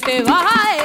给我爱。